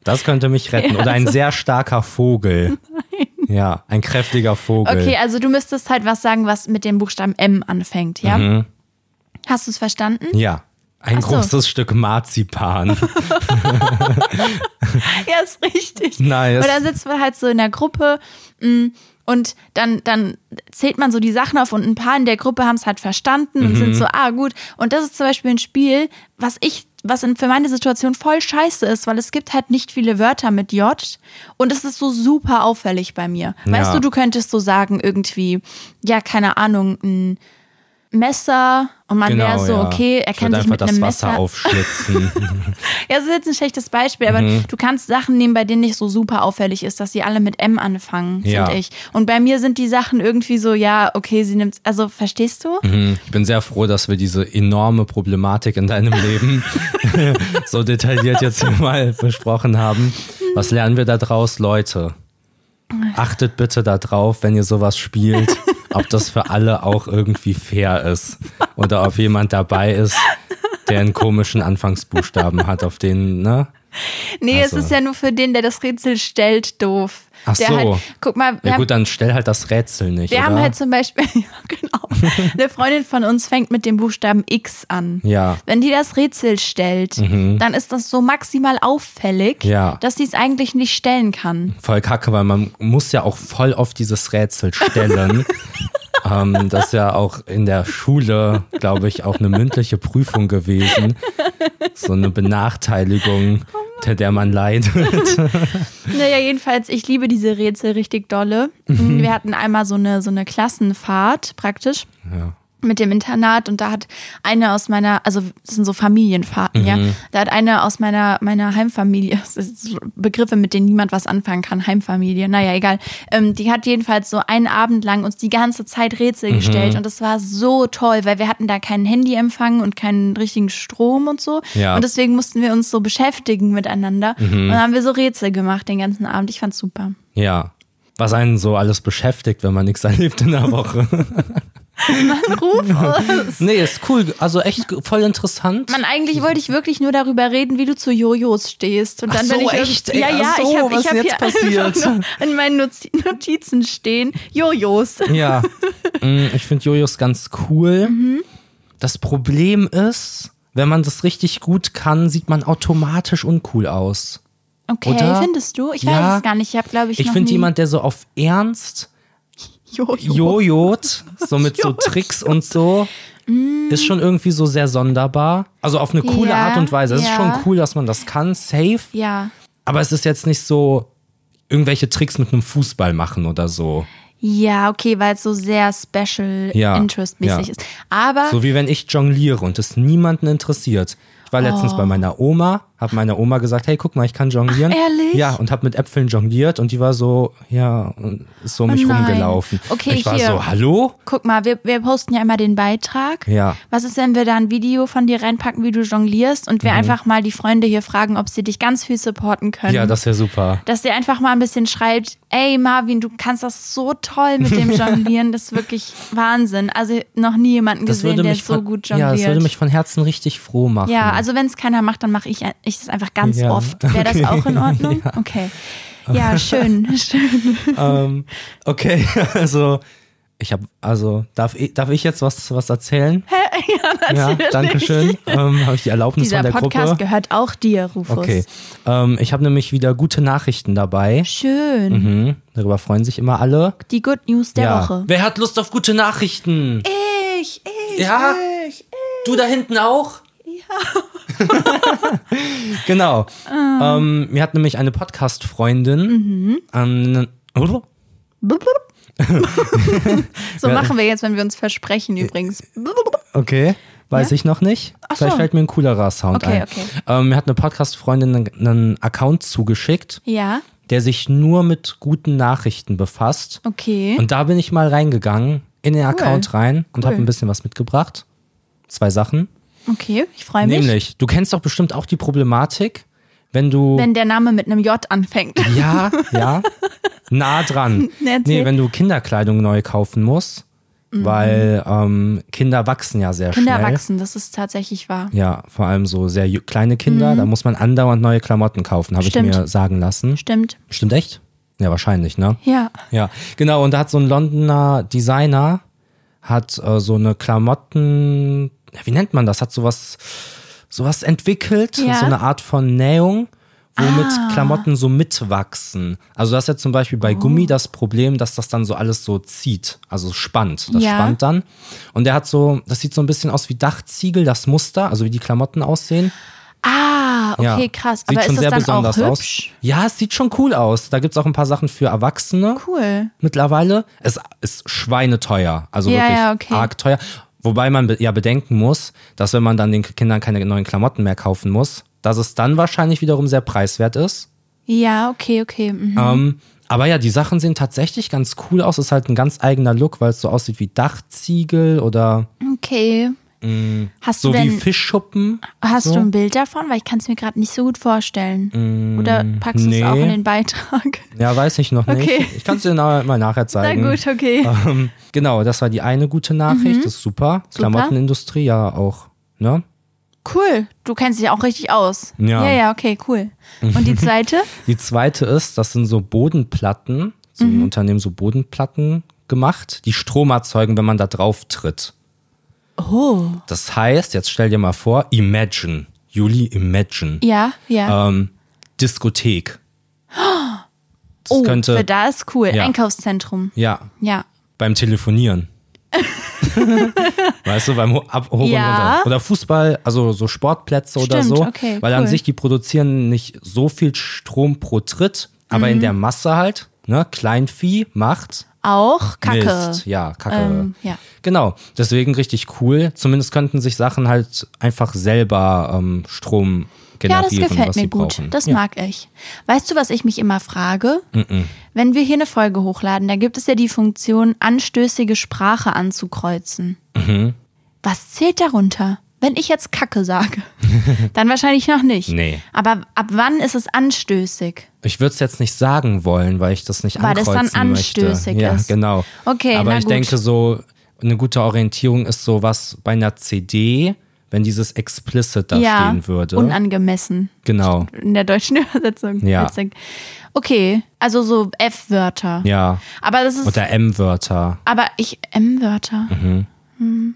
B: das könnte mich retten. Oder
A: also-
B: ein sehr starker Vogel. Ja, ein kräftiger Vogel.
A: Okay, also du müsstest halt was sagen, was mit dem Buchstaben M anfängt, ja? Hast du es verstanden?
B: Ja, ein
A: Ach so.
B: großes Stück Marzipan.
A: Ja, ist richtig.
B: Nice.
A: Und dann sitzt man halt so in der Gruppe mm, und dann, dann zählt man so die Sachen auf und ein paar in der Gruppe haben es halt verstanden und
B: Mhm.
A: sind so, ah gut. Und das ist zum Beispiel ein Spiel, was ich, was in, für meine Situation voll scheiße ist, weil es gibt halt nicht viele Wörter mit J und es ist so super auffällig bei mir. Weißt
B: Ja.
A: du, du könntest so sagen irgendwie, ja, keine Ahnung, ein Messer und man wäre so,
B: Genau, ja.
A: okay, er
B: ich
A: kann
B: würd
A: sich
B: einfach
A: mit
B: das
A: einem
B: Wasser
A: Messer
B: aufschlitzen.
A: ja, das ist jetzt ein schlechtes Beispiel, aber
B: Mhm.
A: du kannst Sachen nehmen, bei denen nicht so super auffällig ist, dass sie alle mit M anfangen,
B: Ja.
A: finde ich. Und bei mir sind die Sachen irgendwie so, ja, okay, sie nimmt, also verstehst du?
B: Hm. Ich bin sehr froh, dass wir diese enorme Problematik in deinem Leben so detailliert jetzt hier mal besprochen haben. Was lernen wir da draus, Leute? Achtet bitte darauf, wenn ihr sowas spielt, ob das für alle auch irgendwie fair ist oder ob jemand dabei ist, der einen komischen Anfangsbuchstaben hat, auf den, ne?
A: Nee,
B: Also.
A: es ist ja nur für den, der das Rätsel stellt, doof.
B: Ach
A: der
B: so.
A: Halt, guck mal, wir
B: Ja
A: haben,
B: gut, dann stell halt das Rätsel nicht,
A: wir
B: oder?
A: haben halt zum Beispiel, ja, genau, eine Freundin von uns fängt mit dem Buchstaben X an.
B: ja, Mhm.
A: Wenn die das Rätsel stellt, dann ist das so maximal auffällig,
B: Ja.
A: dass sie es eigentlich nicht stellen kann.
B: voll kacke, weil man muss ja auch voll oft dieses Rätsel stellen. ähm, das ist ja auch in der Schule, glaube ich, auch eine mündliche Prüfung gewesen. So eine Benachteiligung, der, der man leidet.
A: Naja, jedenfalls, ich liebe diese Rätsel richtig dolle. Wir hatten einmal so eine, so eine Klassenfahrt praktisch mit dem Internat und da hat eine aus meiner, also das sind so Familienfahrten, ja, da hat eine aus meiner, meiner Heimfamilie, das ist so Begriffe, mit denen niemand was anfangen kann, Heimfamilie, naja, egal, ähm, die hat jedenfalls so einen Abend lang uns die ganze Zeit Rätsel gestellt und das war so toll, weil wir hatten da keinen Handyempfang und keinen richtigen Strom und so
B: Ja.
A: und deswegen mussten wir uns so beschäftigen miteinander und dann haben wir so Rätsel gemacht den ganzen Abend, ich fand's super.
B: Ja. Was einen so alles beschäftigt, wenn man nichts erlebt in der Woche.
A: Mann, ruf uns.
B: Nee, ist cool. Also echt ge- voll interessant.
A: Mann, eigentlich wollte ich wirklich nur darüber reden, wie du zu Jojos stehst. Und
B: Ach
A: dann
B: so,
A: bin ich
B: echt? Ey,
A: Ja, ja,
B: ach so,
A: ich habe
B: was
A: ich hab
B: jetzt
A: hier
B: passiert?
A: einfach nur in meinen Notiz- Notizen stehen Jojos.
B: Ja. Mm, ich finde Jojos ganz cool. Das Problem ist, wenn man das richtig gut kann, sieht man automatisch uncool aus.
A: Okay,
B: Oder?
A: findest du? Ich
B: Ja.
A: weiß es gar nicht. Ich habe, glaube ich,
B: Ich
A: noch
B: finde
A: nie-
B: jemand, der so auf Ernst
A: Jojo.
B: jojot, so mit so Tricks und so, ist schon irgendwie so sehr sonderbar. Also auf eine coole
A: Mm. Ja,
B: Art und Weise. Es ist
A: ja.
B: schon cool, dass man das kann, safe.
A: Ja.
B: Aber es ist jetzt nicht so irgendwelche Tricks mit einem Fußball machen oder so.
A: Ja, okay, weil es so sehr special
B: Ja,
A: interest-mäßig
B: ja.
A: ist. Aber
B: So wie wenn ich jongliere und es niemanden interessiert. Ich war letztens bei meiner Oma, habe meiner Oma gesagt, hey, guck mal, ich kann jonglieren.
A: Oh. Ach, ehrlich?
B: Ja, und habe mit Äpfeln jongliert und die war so, ja, und ist so um mich
A: Oh nein.
B: rumgelaufen.
A: Okay,
B: ich war
A: hier.
B: so, hallo?
A: guck mal, wir, wir posten ja immer den Beitrag.
B: Ja.
A: Was ist, wenn wir da ein Video von dir reinpacken, wie du jonglierst und
B: Mhm.
A: wir einfach mal die Freunde hier fragen, ob sie dich ganz viel supporten können?
B: Ja, das wäre super.
A: dass ihr einfach mal ein bisschen schreibt, ey Marvin, du kannst das so toll mit dem Jonglieren, das ist wirklich Wahnsinn. Also noch nie jemanden
B: Das
A: gesehen,
B: würde
A: der
B: mich
A: so
B: von,
A: gut
B: ja,
A: jongliert.
B: das würde mich von Herzen richtig froh machen.
A: Ja, also wenn es keiner macht, dann mache ich, ich das einfach ganz
B: Ja.
A: oft. Wäre das auch in Ordnung? Okay. Ja, schön, schön.
B: ähm, okay, also ich habe, also darf ich, darf ich jetzt was was erzählen? ja, danke schön. Ähm, habe ich die Erlaubnis
A: Dieser
B: von der
A: Podcast
B: Gruppe?
A: gehört auch dir, Rufus.
B: Okay, ähm, ich habe nämlich wieder gute Nachrichten dabei.
A: Schön.
B: Mhm. Darüber freuen sich immer alle.
A: Die Good News der Woche.
B: Wer hat Lust auf gute Nachrichten?
A: Ich, ich,
B: ja. Du da hinten auch? Ja. genau. Ähm, mir hat nämlich eine
A: Mhm.
B: Podcast-Freundin ähm, ne, an.
A: So machen wir jetzt, wenn wir uns versprechen übrigens.
B: Äh, Okay. Weiß ich noch nicht.
A: Ach
B: Vielleicht
A: so.
B: fällt mir ein coolerer Sound
A: Okay,
B: ein.
A: okay.
B: Ähm, mir hat eine Podcast-Freundin einen- einen Account zugeschickt,
A: Ja,
B: der sich nur mit guten Nachrichten befasst.
A: okay.
B: Und da bin ich mal reingegangen, in den Account rein und
A: Cool.
B: habe ein bisschen was mitgebracht. Zwei Sachen.
A: Okay, ich freue mich.
B: Nämlich, du kennst doch bestimmt auch die Problematik, wenn du.
A: Wenn der Name mit einem J anfängt.
B: ja, ja. Nah dran.
A: Erzähl. Mhm.
B: Nee, wenn du Kinderkleidung neu kaufen musst, weil ähm, Kinder wachsen ja sehr
A: Kinder
B: schnell.
A: wachsen, das ist tatsächlich wahr.
B: Ja, vor allem so sehr ju- kleine Kinder, da muss man andauernd neue Klamotten kaufen, habe ich
A: Mhm. Stimmt.
B: mir sagen lassen.
A: Stimmt.
B: Stimmt echt? Ja, wahrscheinlich, ne?
A: Ja.
B: Ja, genau. Und da hat so ein Londoner Designer hat äh, so eine Klamotten, ja, wie nennt man das? Hat sowas, sowas entwickelt,
A: Ja. Ah.
B: so eine Art von Nähung, womit Klamotten so mitwachsen. Also das ist ja zum Beispiel bei
A: Oh.
B: Gummi das Problem, dass das dann so alles so zieht, also spannt. Das
A: Ja.
B: spannt dann. Und der hat so, das sieht so ein bisschen aus wie Dachziegel, das Muster, also wie die Klamotten aussehen.
A: Ah, okay,
B: Ja.
A: krass.
B: Sieht
A: Aber
B: schon
A: ist
B: sehr
A: das dann auch
B: besonders
A: hübsch?
B: aus. Ja, es sieht schon cool aus. Da gibt's auch ein paar Sachen für Erwachsene
A: Cool.
B: mittlerweile. Es ist schweineteuer, also
A: Ja,
B: wirklich
A: ja, okay.
B: arg teuer. Wobei man be ja bedenken muss, dass wenn man dann den Kindern keine neuen Klamotten mehr kaufen muss, dass es dann wahrscheinlich wiederum sehr preiswert ist.
A: Ja, okay, okay. Mhm.
B: Ähm, aber ja, die Sachen sehen tatsächlich ganz cool aus. Ist halt ein ganz eigener Look, weil es so aussieht wie Dachziegel oder
A: Okay. Hast
B: Mm. so
A: du
B: wie
A: denn,
B: Fischschuppen.
A: hast
B: so.
A: du ein Bild davon? Weil ich kann es mir gerade nicht so gut vorstellen. Oder packst du
B: Mm, nee.
A: es auch in den Beitrag?
B: Ja, weiß ich noch nicht.
A: Okay.
B: Ich kann es dir na- mal nachher
A: Na
B: zeigen.
A: gut, Mhm. okay.
B: Ähm, genau, das war die eine gute Nachricht. Das ist super. Klamottenindustrie ja auch. Ne?
A: Cool. Du kennst dich auch richtig aus.
B: Ja.
A: ja, okay, cool. Und die zweite?
B: Die zweite ist, das sind so Bodenplatten, so
A: Mhm.
B: ein Unternehmen so Bodenplatten gemacht, die Strom erzeugen, wenn man da drauf tritt.
A: Oh.
B: Das heißt, jetzt stell dir mal vor, imagine, Juli, imagine,
A: Ja, ja.
B: ähm, Diskothek. Das
A: oh, für
B: könnte,
A: da ist cool.
B: Ja.
A: Einkaufszentrum.
B: ja,
A: Ja.
B: beim Telefonieren. weißt du, beim Ho- Ab Hoch
A: Ja.
B: und Runter. Oder Fußball, also so Sportplätze oder
A: Stimmt,
B: so.
A: okay,
B: weil an
A: cool.
B: sich, die produzieren nicht so viel Strom pro Tritt, aber
A: Mhm.
B: in der Masse halt, ne, Kleinvieh macht
A: Auch Kacke.
B: Mist. Ja, Kacke.
A: Ähm, ja.
B: Genau, deswegen richtig cool. Zumindest könnten sich Sachen halt einfach selber ähm, Strom
A: Ja,
B: generieren,
A: das gefällt
B: was
A: mir
B: sie
A: gut.
B: brauchen.
A: Das mag ich. Weißt du, was ich mich immer frage? Wenn wir hier eine Folge hochladen, da gibt es ja die Funktion, anstößige Sprache anzukreuzen.
B: Mhm.
A: Was zählt darunter? Wenn ich jetzt Kacke sage, dann wahrscheinlich noch nicht.
B: Nee.
A: Aber ab wann ist es anstößig?
B: Ich würde es jetzt nicht sagen wollen, weil ich das nicht
A: Weil das
B: ankreuzen
A: dann
B: möchte.
A: anstößig
B: ja,
A: ist.
B: genau.
A: Okay,
B: Aber
A: na
B: ich
A: gut.
B: denke so, eine gute Orientierung ist so was bei einer CD, wenn dieses explicit da
A: ja,
B: stehen würde.
A: unangemessen
B: genau.
A: in der deutschen Übersetzung.
B: Ja.
A: Witzig. Okay, also so F-Wörter.
B: Ja.
A: Aber das ist,
B: Oder M-Wörter.
A: aber ich, M-Wörter.
B: Mhm.
A: Hm.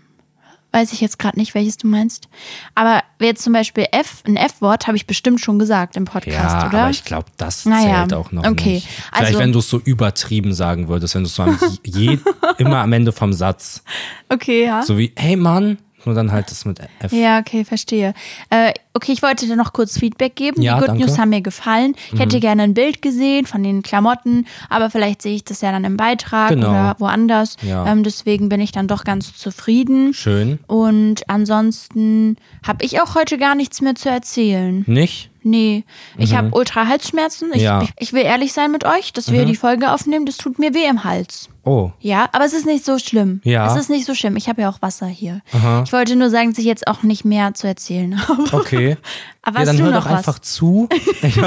A: Weiß ich jetzt gerade nicht, welches du meinst. Aber jetzt zum Beispiel F, ein F-Wort habe ich bestimmt schon gesagt im Podcast,
B: Ja,
A: oder?
B: aber ich glaube, das
A: Naja,
B: zählt auch noch
A: okay.
B: nicht. Vielleicht,
A: Also-
B: wenn du es so übertrieben sagen würdest, wenn du es so am, je, immer am Ende vom Satz,
A: okay, ja.
B: so wie, hey Mann, nur dann halt das mit F.
A: Ja, okay, verstehe. Äh, okay, ich wollte dir noch kurz Feedback geben.
B: Ja,
A: die Good
B: danke. Mhm.
A: News haben mir gefallen. Ich hätte gerne ein Bild gesehen von den Klamotten, aber vielleicht sehe ich das ja dann im Beitrag
B: Genau.
A: oder woanders.
B: Ja.
A: Ähm, deswegen bin ich dann doch ganz zufrieden.
B: Schön.
A: Und ansonsten habe ich auch heute gar nichts mehr zu erzählen.
B: Nicht?
A: Nee, ich habe ultra Halsschmerzen. Ich,
B: Mhm. Ja. Mhm.
A: ich, ich will ehrlich sein mit euch, dass wir die Folge aufnehmen. Das tut mir weh im Hals.
B: Oh.
A: Ja, aber es ist nicht so schlimm.
B: Ja.
A: Es ist nicht so schlimm. Ich habe ja auch Wasser hier. Ich wollte nur sagen, dass ich jetzt auch nicht mehr zu erzählen habe.
B: Okay.
A: Aber
B: ja,
A: hast
B: dann
A: du
B: hör
A: noch
B: doch
A: was?
B: einfach zu. Ich,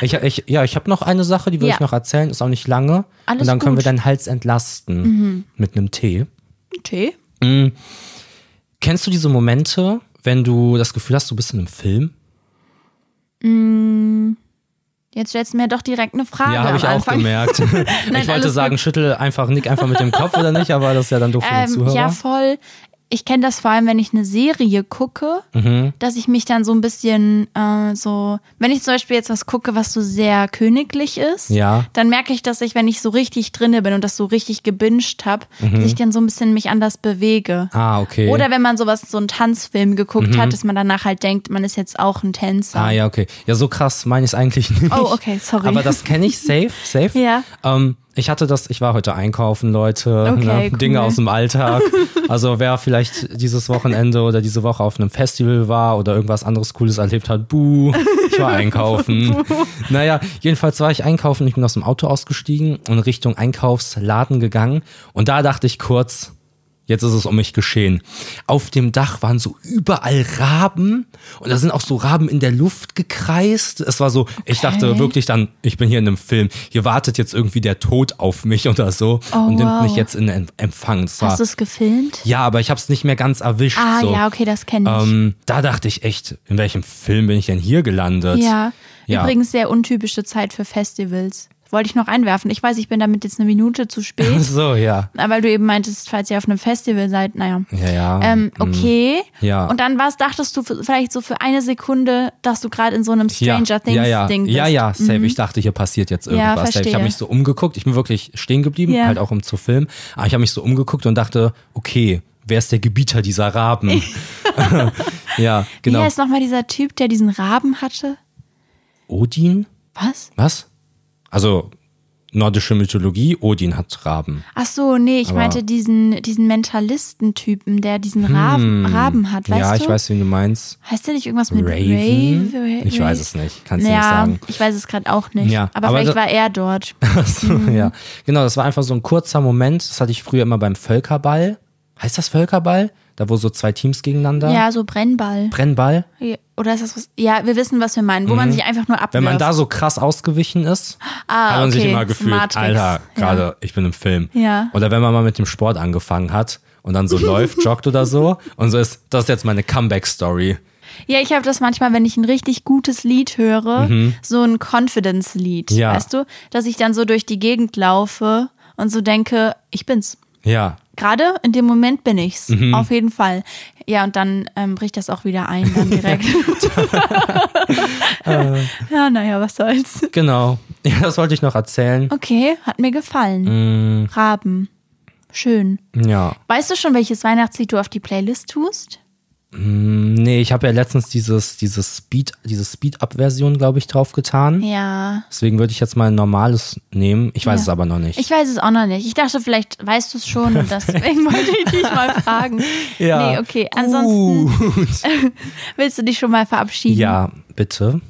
B: ich, ich, ja, ich habe noch eine Sache, die will
A: Ja.
B: ich noch erzählen, ist auch nicht lange.
A: Alles
B: Und dann können wir
A: gut. Mhm.
B: deinen Hals entlasten mit einem Tee.
A: Tee?
B: Kennst du diese Momente, wenn du das Gefühl hast, du bist in einem Film?
A: Jetzt stellst du mir doch direkt eine Frage
B: Ja, habe
A: Ah, am
B: ich auch
A: Anfang.
B: gemerkt. ich
A: alles
B: wollte
A: gut.
B: sagen, schüttel einfach, nick einfach mit dem Kopf oder nicht, aber das ist ja dann doof für den
A: Ähm,
B: Zuhörer.
A: ja, voll. Ich kenne das vor allem, wenn ich eine Serie gucke,
B: Mhm.
A: dass ich mich dann so ein bisschen äh, so, wenn ich zum Beispiel jetzt was gucke, was so sehr königlich ist,
B: Ja.
A: dann merke ich, dass ich, wenn ich so richtig drinne bin und das so richtig gebinged habe, dass ich dann so ein bisschen mich anders bewege.
B: Ah, Mhm. okay. Mhm.
A: Oder wenn man sowas, so einen Tanzfilm geguckt hat, dass man danach halt denkt, man ist jetzt auch ein Tänzer.
B: ah, ja, okay. Ja, so krass meine ich es eigentlich nicht.
A: Oh, okay, sorry.
B: Aber das kenne ich safe, safe.
A: Ja.
B: Ähm, ich hatte das, ich war heute einkaufen, Leute.
A: Okay,
B: ne?
A: cool.
B: Dinge aus dem Alltag. Also wer vielleicht dieses Wochenende oder diese Woche auf einem Festival war oder irgendwas anderes Cooles erlebt hat, buh, ich war einkaufen. naja, jedenfalls war ich einkaufen, ich bin aus dem Auto ausgestiegen und Richtung Einkaufsladen gegangen. Und da dachte ich kurz, Jetzt ist es um mich geschehen. Auf dem Dach waren so überall Raben und da sind auch so Raben in der Luft gekreist. Es war so, ich dachte wirklich dann, ich bin hier in einem Film. Hier wartet jetzt irgendwie der Tod auf mich oder so und nimmt
A: wow.
B: mich jetzt in Em- Empfang. Es
A: Hast
B: war,
A: du es gefilmt?
B: ja, aber ich habe es nicht mehr ganz erwischt.
A: Ah,
B: so.
A: ja, okay, das kenne ich.
B: ähm, da dachte ich echt, in welchem Film bin ich denn hier gelandet?
A: Ja.
B: Ja.
A: Übrigens sehr untypische Zeit für Festivals. Wollte ich noch einwerfen. Ich weiß, ich bin damit jetzt eine Minute zu spät.
B: So, ja.
A: aber du eben meintest, falls ihr auf einem Festival seid, naja.
B: Ja, ja.
A: Ähm, okay.
B: Mhm. Ja.
A: Und dann warst, dachtest du f- vielleicht so für eine Sekunde, dass du gerade in so einem
B: Ja,
A: Stranger Things
B: ja, ja,
A: Ding bist.
B: Ja, ja, safe. Ich dachte, hier passiert jetzt irgendwas. safe. Ich
A: verstehe.
B: habe mich so umgeguckt. Ich bin wirklich stehen geblieben,
A: Ja.
B: halt auch um zu filmen. Aber ich habe mich so umgeguckt und dachte, okay, wer ist der Gebieter dieser Raben? ja,
A: Wie
B: genau.
A: heißt nochmal dieser Typ, der diesen Raben hatte?
B: Odin?
A: Was?
B: Was? Also nordische Mythologie, Odin hat Raben.
A: Ach so, nee, ich
B: Aber- Hm.
A: meinte diesen, diesen Mentalistentypen, der diesen Raben, Raben hat, weißt
B: ja,
A: du?
B: ich weiß, wen du meinst.
A: Heißt der nicht irgendwas mit
B: Raven?
A: Rave? Ra-
B: Ich
A: Ra-
B: weiß es nicht. Kannst du
A: ja,
B: nicht sagen.
A: ich weiß es gerade auch nicht.
B: Ja,
A: aber,
B: aber
A: vielleicht
B: da-
A: war er dort.
B: So,
A: hm.
B: ja. Genau, das war einfach so ein kurzer Moment. Das hatte ich früher immer beim Völkerball. Heißt das Völkerball? Da wo so zwei Teams gegeneinander.
A: Ja, so Brennball.
B: Brennball.
A: Ja, Oder ist das was? Ja, wir wissen, was wir meinen, wo man sich einfach nur abwirft. Ah,
B: Mhm. Wenn man da so krass ausgewichen ist, hat man sich
A: okay.
B: immer gefühlt,
A: Matrix.
B: Alter,
A: Ja.
B: gerade ich bin im Film.
A: Ja.
B: Oder wenn man mal mit dem Sport angefangen hat und dann so läuft, joggt oder so und so ist, das ist jetzt meine Comeback-Story.
A: ja, ich habe das manchmal, wenn ich ein richtig gutes Lied höre, so ein Confidence-Lied,
B: Ja.
A: weißt du? Dass ich dann so durch die Gegend laufe und so denke, ich bin's.
B: Ja.
A: Gerade in dem Moment bin ich's, auf jeden Fall. Ja, und dann ähm, bricht das auch wieder ein, dann direkt. ja, naja, was soll's.
B: Genau. Ja, das wollte ich noch erzählen.
A: Okay, hat mir gefallen. Raben. Schön.
B: Ja.
A: Weißt du schon, welches Weihnachtslied du auf die Playlist tust?
B: Nee, ich habe ja letztens dieses, dieses Speed, diese Speed-Up-Version, glaube ich, draufgetan.
A: Ja.
B: Deswegen würde ich jetzt mal ein normales nehmen. Ich weiß
A: Ja.
B: es aber noch nicht.
A: Ich weiß es auch noch nicht. Ich dachte, vielleicht weißt du es schon und deswegen wollte ich dich mal fragen.
B: Ja.
A: Nee, okay. Ansonsten willst du dich schon mal verabschieden?
B: Ja, bitte.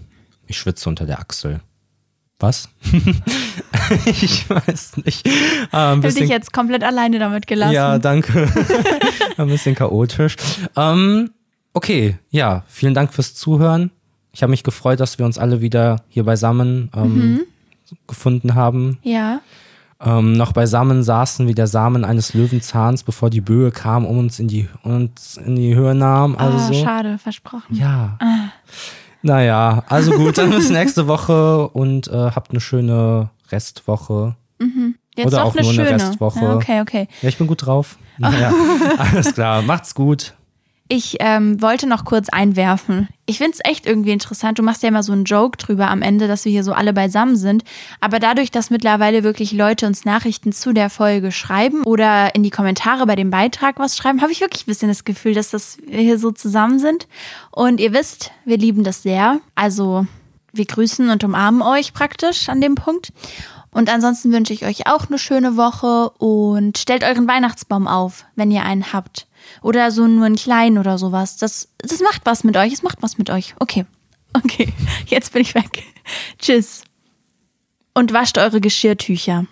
B: Ich schwitze unter der Achsel. Was? ich weiß nicht. Ah, ein
A: Ich habe dich
B: bisschen,
A: jetzt komplett alleine damit gelassen.
B: ja, danke. ein bisschen chaotisch. Ähm, okay, ja, vielen Dank fürs Zuhören. Ich habe mich
A: Mhm.
B: gefreut, dass wir uns alle wieder hier beisammen ähm, gefunden haben.
A: ja.
B: ähm, noch beisammen saßen wie der Samen eines Löwenzahns, bevor die Böe kam und uns in die, uns in die Höhe nahm. Also
A: Ah,
B: so.
A: schade, Ah. versprochen.
B: Ja. Naja, also gut, dann bis nächste Woche und äh, habt eine schöne Restwoche.
A: Jetzt
B: Oder
A: noch
B: auch
A: eine
B: nur eine
A: schöne.
B: Restwoche.
A: Ja, okay, okay.
B: Ja, ich bin gut drauf. Naja, alles klar, macht's gut.
A: Ich ähm, wollte noch kurz einwerfen. Ich finde es echt irgendwie interessant. Du machst ja immer so einen Joke drüber am Ende, dass wir hier so alle beisammen sind. Aber dadurch, dass mittlerweile wirklich Leute uns Nachrichten zu der Folge schreiben oder in die Kommentare bei dem Beitrag was schreiben, habe ich wirklich ein bisschen das Gefühl, dass das wir hier so zusammen sind. Und ihr wisst, wir lieben das sehr. Also wir grüßen und umarmen euch praktisch an dem Punkt. Und ansonsten wünsche ich euch auch eine schöne Woche und stellt euren Weihnachtsbaum auf, wenn ihr einen habt. Oder so nur einen kleinen oder sowas. Das, das macht was mit euch. Es macht was mit euch. Okay. Okay. Jetzt bin ich weg. Tschüss. Und wascht eure Geschirrtücher.